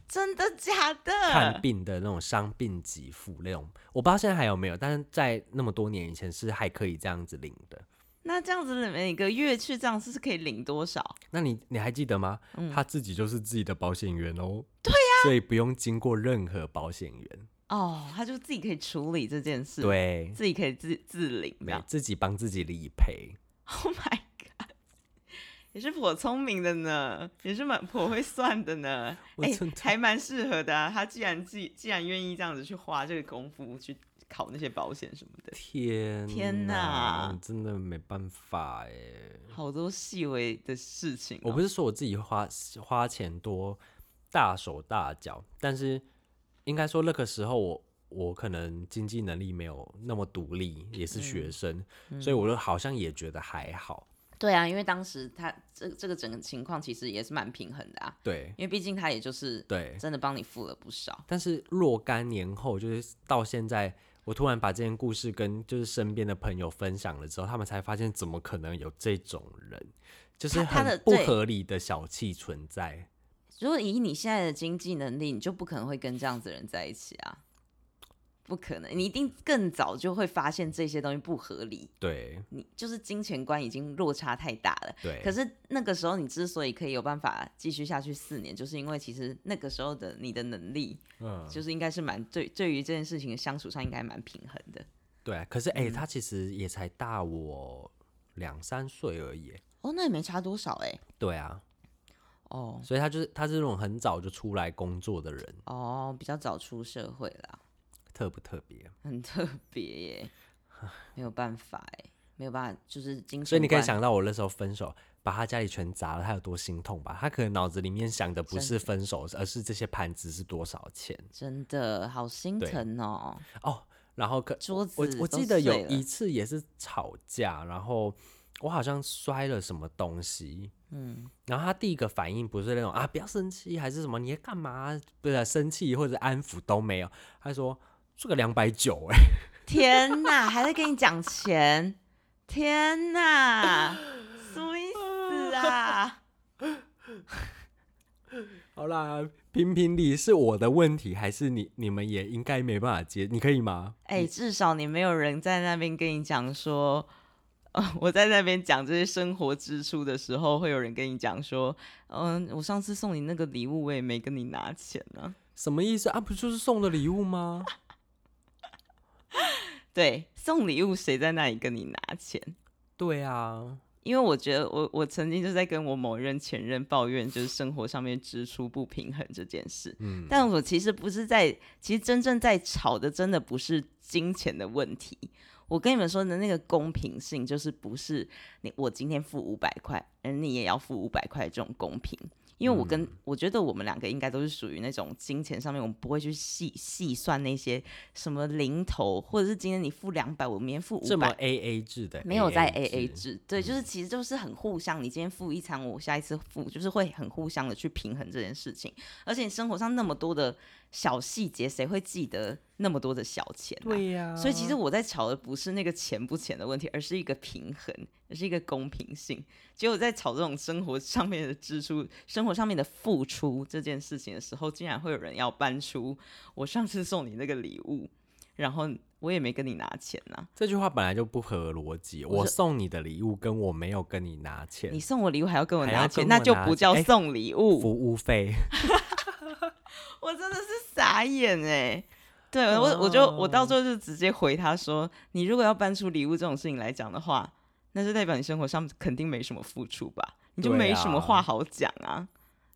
B: 真的假
A: 看
B: 的？
A: 病的那种伤病给付那种，我不知道现在还有没有，但是在那么多年以前是还可以这样子领的。
B: 那这样子每个月去这样是可以领多少？
A: 那你你还记得吗？
B: 嗯
A: 他自己就是自己的保险员哦。对呀、所以不用经过任何保险员，
B: 哦，他就自己可以处理这件事，，
A: 对，
B: 自己可以自自领这
A: 没
B: 样。
A: 自己帮自己理赔。
B: Oh my god，也是颇聪明的呢，也是蛮颇会算的呢，
A: 我
B: 哎、
A: 真的
B: 还蛮适合的、啊。他既然既既然愿意这样子去花这个功夫去考那些保险什么的，
A: 天
B: 天
A: 哪，
B: 哪
A: 真的没办法哎。
B: 好多细微的事情、哦
A: 我不是说我自己花花钱多大手大脚，但是应该说那个时候我我可能经济能力没有那么独立，也是
B: 嗯
A: 学生，所以我就好像也觉得还好。
B: 对啊，因为当时他这这个整个情况其实也是蛮平衡的啊，
A: 对
B: 因为毕竟他也就是
A: 对，
B: 真的帮你付了不少。
A: 但是若干年后，就是到现在，我突然把这件故事跟就是身边的朋友分享了之后，他们才发现怎么可能有这种人，就是
B: 他他
A: 很
B: 的
A: 不
B: 对
A: 合理的小气存在。
B: 如果以你现在的经济能力，你就不可能会跟这样子的人在一起啊，不可能，你一定更早就会发现这些东西不合理，
A: 对
B: 你就是金钱观已经落差太大了。
A: 对，
B: 可是那个时候，你之所以可以有办法继续下去四年，就是因为其实那个时候的你的能力，
A: 嗯，
B: 就是应该是蛮对对于这件事情的相处上应该蛮平衡的。
A: 对，可是哎、
B: 嗯
A: 欸他其实也才大我两三岁而已欸。
B: 哦，那也没差多少哎、
A: 对啊，
B: 哦
A: 所以他就是他是那种很早就出来工作的人，
B: 哦，比较早出社会啦，
A: 特不特别？
B: 很特别耶、没有办法哎、没有办法，就是精神。
A: 所以你可以，想到我那时候分手，把他家里全砸了，他有多心痛吧？他可能脑子里面想的不是分手，而是这些盘子是多少钱
B: 真的好心
A: 对
B: 疼哦、
A: 哦。然后可
B: 桌子
A: 我我
B: 都
A: 记得有
B: 碎了
A: 一次也是吵架，然后我好像摔了什么东西，嗯，然后他第一个反应不是那种啊不要生气还是什么你在干嘛，不是、生气或者安抚都没有，他说这个两百九哎，
B: 天哪，还在跟你讲钱，天哪，什么意思啊？
A: 好啦，评评理是我的问题还是你你们也应该没办法接，你可以吗？
B: 哎、至少你没有人在那边跟你讲说，呃，我在那边讲这些生活支出的时候，会有人跟你讲说，嗯，我上次送你那个礼物，我也没跟你拿钱呢、
A: 什么意思啊？不就是送的礼物 吗？
B: 对，送礼物谁在那里跟你拿钱？
A: 对啊，
B: 因为我觉得我我曾经就在跟我某任前任抱怨，就是生活上面支出不平衡这件事。嗯，但我其实不是在，其实真正在吵的，真的不是金钱的问题。我跟你们说的那个公平性，就是不是你我今天付五百块，而你也要付五百块这种公平。因为我
A: 嗯
B: 跟、我觉得我们两个应该都是属于那种金钱上面，我们不会去细细算那些什么零头，或者是今天你付两百，我明天付
A: 这
B: 五
A: 么
B: 百，
A: A A 制的，
B: 没有在 A A。制，嗯对，就是其实就是很互相，你今天付一餐，我下一次付，就是会很互相的去平衡这件事情。而且你生活上那么多的小细节，谁会记得那么多的小钱、啊？
A: 对呀、
B: 所以其实我在吵的不是那个钱不钱的问题，而是一个平衡，而是一个公平性。结果在吵这种生活上面的支出、生活上面的付出这件事情的时候，竟然会有人要搬出我上次送你那个礼物，然后我也没跟你拿钱啊呐、
A: 这句话本来就不合逻辑。
B: 我
A: 我
B: 是
A: 送你的礼物跟我没有跟你拿
B: 你
A: 钱，
B: 送我礼物还要跟我
A: 还要
B: 拿
A: 跟
B: 钱，
A: 我
B: 那就
A: 拿
B: 不叫
A: 钱哎
B: 送礼物。
A: 服务费
B: 我真的是傻眼哎、对
A: 哦
B: 我，我就我到最后就直接回他说：“你如果要搬出礼物这种事情来讲的话，那就代表你生活上肯定没什么付出吧，你就
A: 对
B: 没什么
A: 啊
B: 话好讲啊。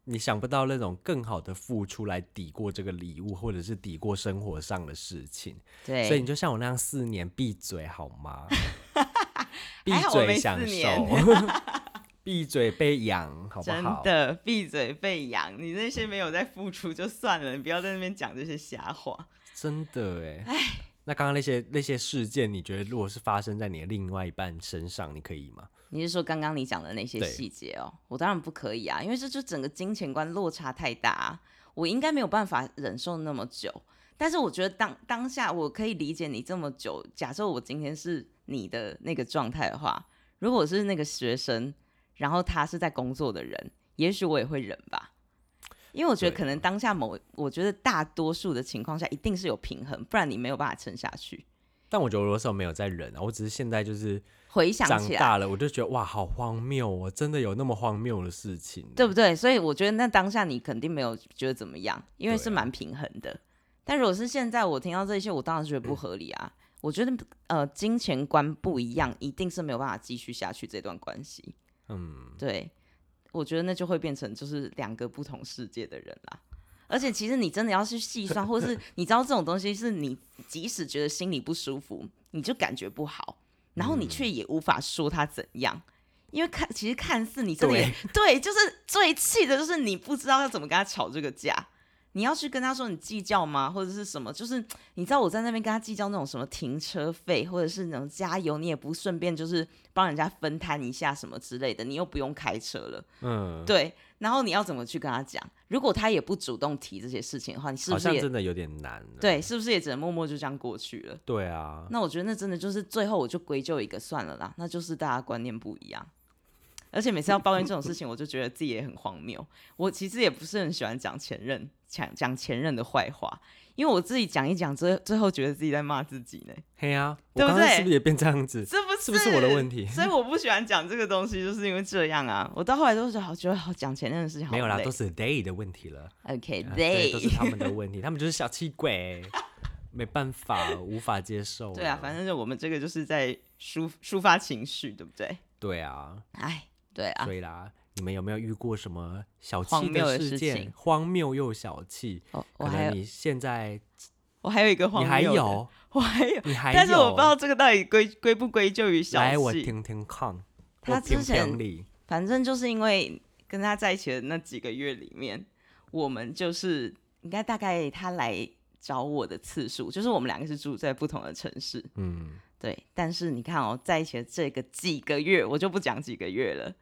A: 你想不到那种更好的付出来抵过这个礼物，或者是抵过生活上的事情。
B: 对，
A: 啊所以你就像我那样，四年闭嘴好 吗？闭
B: 还好我
A: 嘴
B: 没
A: 享
B: 四
A: 受
B: 年，
A: 闭嘴被养，好不
B: 真
A: 好？
B: 的闭嘴被养，你那些没有在付出就算了，你不要在那边讲这些瞎话。
A: 真的哎。那刚刚那些那些事件，你觉得如果是发生在你的另外一半身上，你可以吗？
B: 你是说刚刚你讲的那些
A: 对
B: 细节哦？我当然不可以啊，因为这就整个金钱观落差太大、啊，我应该没有办法忍受那么久。但是我觉得当当下我可以理解你这么久。假设我今天是你的那个状态的话，如果我是那个学生，然后他是在工作的人，也许我也会忍吧。因为我觉得
A: 对
B: 可能当下某，我觉得大多数的情况下一定是有平衡，不然你没有办法撑下去。
A: 但我觉得我那时候没有在忍啊，我只是现在就是
B: 回想
A: 长
B: 起来，
A: 大了，我就觉得哇，好荒谬哦，真的有那么荒谬的事情，
B: 对不对？所以我觉得那当下你肯定没有觉得怎么样，因为
A: 对啊
B: 是蛮平衡的。但如果是现在我听到这些，我当然觉得不合理啊。我觉得呃，金钱观不一样，一定是没有办法继续下去这段关系。
A: 嗯，
B: 对，我觉得那就会变成就是两个不同世界的人啦。而且其实你真的要去细算，或是你知道这种东西是你即使觉得心里不舒服，你就感觉不好，然后你却也无法说他怎样。因为看，其实看似你真的也对就是最气的，就是你不知道要怎么跟他吵这个架，你要去跟他说你计较吗，或者是什么？就是你知道我在那边跟他计较那种什么停车费，或者是那种加油，你也不顺便就是帮人家分摊一下什么之类的，你又不用开车了，
A: 嗯，
B: 对。然后你要怎么去跟他讲？如果他也不主动提这些事情的话，你是
A: 好
B: 不是
A: 像
B: 也
A: 真的有点难了。
B: 对？是不是也只能默默就这样过去了？
A: 对啊，
B: 那我觉得那真的就是最后我就归咎一个算了啦，那就是大家观念不一样。而且每次要抱怨这种事情，我就觉得自己也很荒谬。我其实也不是很喜欢讲前任，讲讲前任的坏话，因为我自己讲一讲，最最后觉得自己在骂自己呢，
A: 嘿啊，我
B: 对不
A: 刚刚
B: 对
A: 是不是也变这样子？
B: 是不是？
A: 是不是我的问题？
B: 所以我不喜欢讲这个东西，就是因为这样啊。我到后来都是好觉得好讲前任的事情好
A: 没有啦，
B: 累
A: 都是 day 的问题了。
B: OK
A: 啊对，都是
B: day，
A: 他们的问题，他们就是小气鬼，没办法，无法接受。
B: 对啊，反正就我们这个就是在抒抒发情绪，对不对？
A: 对啊，
B: 哎，对啊
A: 所，以啦，你们有没有遇过什么小
B: 荒
A: 气
B: 谬的
A: 事
B: 事
A: 件
B: 情？
A: 荒谬又小气，
B: 哦，我
A: 可
B: 还
A: 能
B: 有
A: 你现在
B: 我还有一个荒
A: 你
B: 谬，
A: 还，有，
B: 我还有。
A: 你还有，
B: 但是我不知道这个到底归归不归咎于小
A: 来我
B: 气。
A: 听听看，
B: 他
A: 我
B: 之
A: 评
B: 前
A: 评理
B: 反正就是因为跟他在一起的那几个月里面，我们就是应该大概他来找我的次数，就是我们两个是住在不同的城市，
A: 嗯，
B: 对。但是你看哦，在一起的这个几个月，我就不讲几个月了，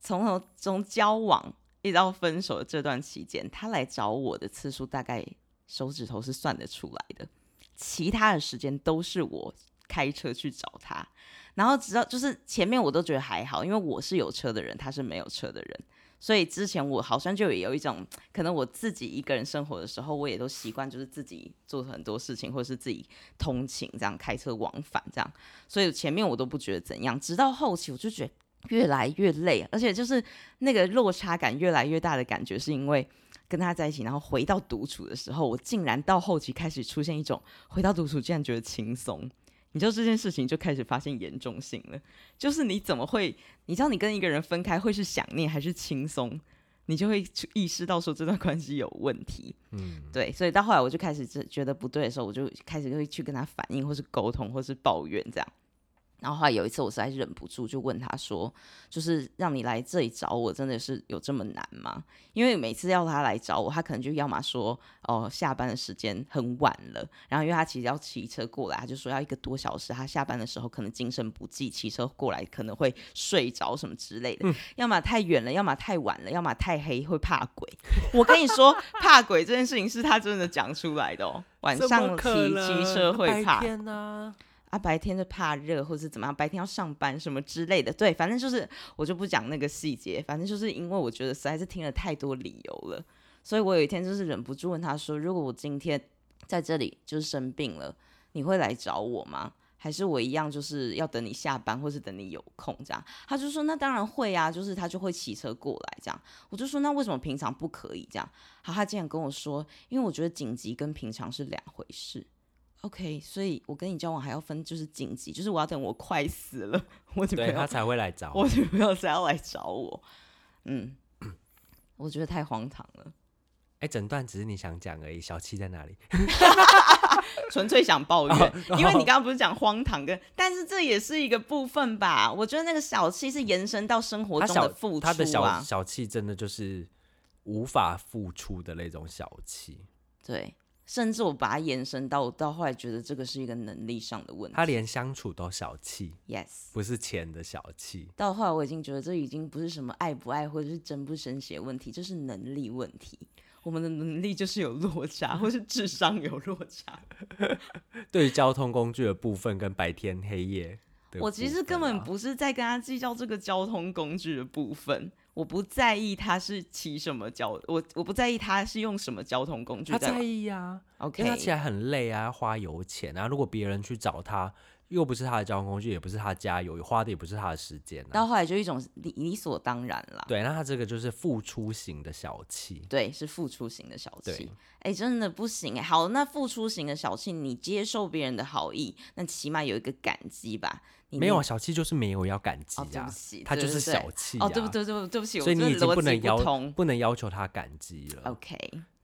B: 从头从交往一直到分手的这段期间，他来找我的次数大概手指头是算得出来的，其他的时间都是我开车去找他。然后直到就是前面我都觉得还好，因为我是有车的人，他是没有车的人，所以之前我好像就也有一种可能我自己一个人生活的时候，我也都习惯就是自己做很多事情，或者是自己通勤这样开车往返这样，所以前面我都不觉得怎样，直到后期我就觉得嗯越来越累，而且就是那个落差感越来越大的感觉，是因为。跟他在一起，然后回到独处的时候，我竟然到后期开始出现一种回到独处竟然觉得轻松，你知道这件事情就开始发现严重性了，就是你怎么会，你知道你跟一个人分开会是想念还是轻松，你就会去意识到说这段关系有问题，嗯，对，所以到后来我就开始这觉得不对的时候，我就开始会去跟他反映，或是沟通，或是抱怨这样。然后后来有一次，我实在是忍不住，就问他说：“就是让你来这里找我，真的是有这么难吗？因为每次要他来找我，他可能就要么说哦下班的时间很晚了，然后因为他其实要骑车过来，他就说要一个多小时，他下班的时候可能精神不济，骑车过来可能会睡着什么之类
A: 嗯
B: 的，要么太远了，要么太晚了，要么太黑，会怕鬼。我跟你说， 怕鬼这件事情是他真的讲出来的哦，晚
A: 怎么
B: 上
A: 可
B: 骑骑
A: 能
B: 车会怕
A: 白。天呢、
B: 啊，白天就怕热或是怎么样，白天要上班什么之类的。对，反正就是我就不讲那个细节，反正就是因为我觉得实在是听了太多理由了，所以我有一天就是忍不住问他说：“如果我今天在这里就是生病了，你会来找我吗？”还是我一样，就是要等你下班，或是等你有空这样。他就说那当然会啊，就是他就会骑车过来这样。我就说那为什么平常不可以这样？好，他竟然跟我说，因为我觉得紧急跟平常是两回事。OK，所以我跟你交往还要分，就是紧急，就是我要等我快死了， 我女
A: 对
B: 朋友
A: 他才会来找
B: 啊我女朋友才要来找我。嗯， 我觉得太荒唐了，
A: 哎，整段只是你想讲而已，小气在哪里？
B: 纯粹想抱怨。
A: 哦
B: 因为你刚刚不是讲荒唐跟，但是这也是一个部分吧？我觉得那个小气是延伸到生活
A: 他
B: 中
A: 小
B: 的付出啊。
A: 他的小小气真的就是无法付出的那种小气，
B: 对，甚至我把它延伸到，我到后来觉得这个是一个能力上的问题。
A: 他连相处都小气，
B: yes，
A: 不是钱的小气。
B: 到后来我已经觉得这已经不是什么爱不爱或者是真不真邪问题，这是能力问题。我们的能力就是有落差，或是智商有落差。
A: 对于交通工具的部分跟白天黑夜的部分啊，
B: 我其实根本不是在跟他计较这个交通工具的部分，我不在意他是骑什么交，我我不在意他是用什么交通工具
A: 他在
B: 在。
A: 意啊，因为他起
B: OK，
A: 来很累啊，要花油钱啊。如果别人去找他，又不是他的交通工具，也不是他加油，花的也不是他的时间啊。
B: 到后来就一种理理所当然啦。
A: 对，那他这个就是付出型的小气。
B: 对，是付出型的小
A: 对
B: 气。哎、真的不行哎、好，那付出型的小气，你接受别人的好意，那起码有一个感激吧。你
A: 没有
B: 那
A: 啊，小气就是没有要感激
B: 哦，对
A: 啊
B: 不，起，
A: 他
B: 对
A: 就
B: 对
A: 是
B: 对
A: 小气啊。
B: 哦，对不对？对不对？对不起，我
A: 所以你
B: 这
A: 已经
B: 逻
A: 不
B: 辑
A: 能要
B: 不哦通。
A: 不能要求他感激了。
B: OK，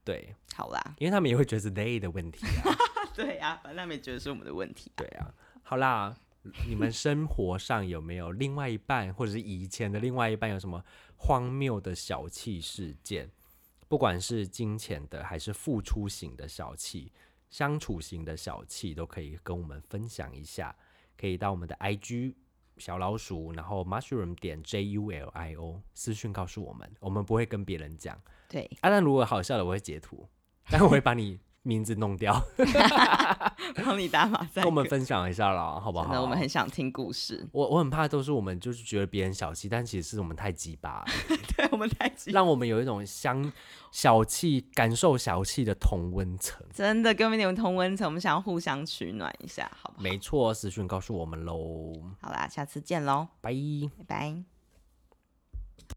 A: 对，
B: 好啦，
A: 因为他们也会觉得是 they 的问题啊。
B: 对啊，反正他们也觉得是我们的问题。
A: 对啊，好啦，你们生活上有没有另外一半，或者是以前的另外一半有什么荒谬的小气事件？不管是金钱的还是付出型的小气、相处型的小气，都可以跟我们分享一下。可以到我们的 IG 小老鼠，然后 mushroom 点 j u l i o 私讯告诉我们，我们不会跟别人讲。
B: 对，
A: 啊，但如果好笑的，我会截图，但我会把你名字弄 掉，
B: 帮你打马赛
A: 跟
B: 克。
A: 我们分享一下啦，好不
B: 真
A: 好？
B: 的，我们很想听故 事。
A: 我我很怕都是我们就是觉得别人小气，但其实是我们太鸡巴了，
B: 对，我们太急，
A: 让我们有一种相小气感受小气的同温层。
B: 真的，给我们一点同温层，我们想要互相取暖一下，好不好？
A: 没错，私讯告诉我们喽，
B: 好啦，下次见喽，
A: 拜。
B: 拜拜。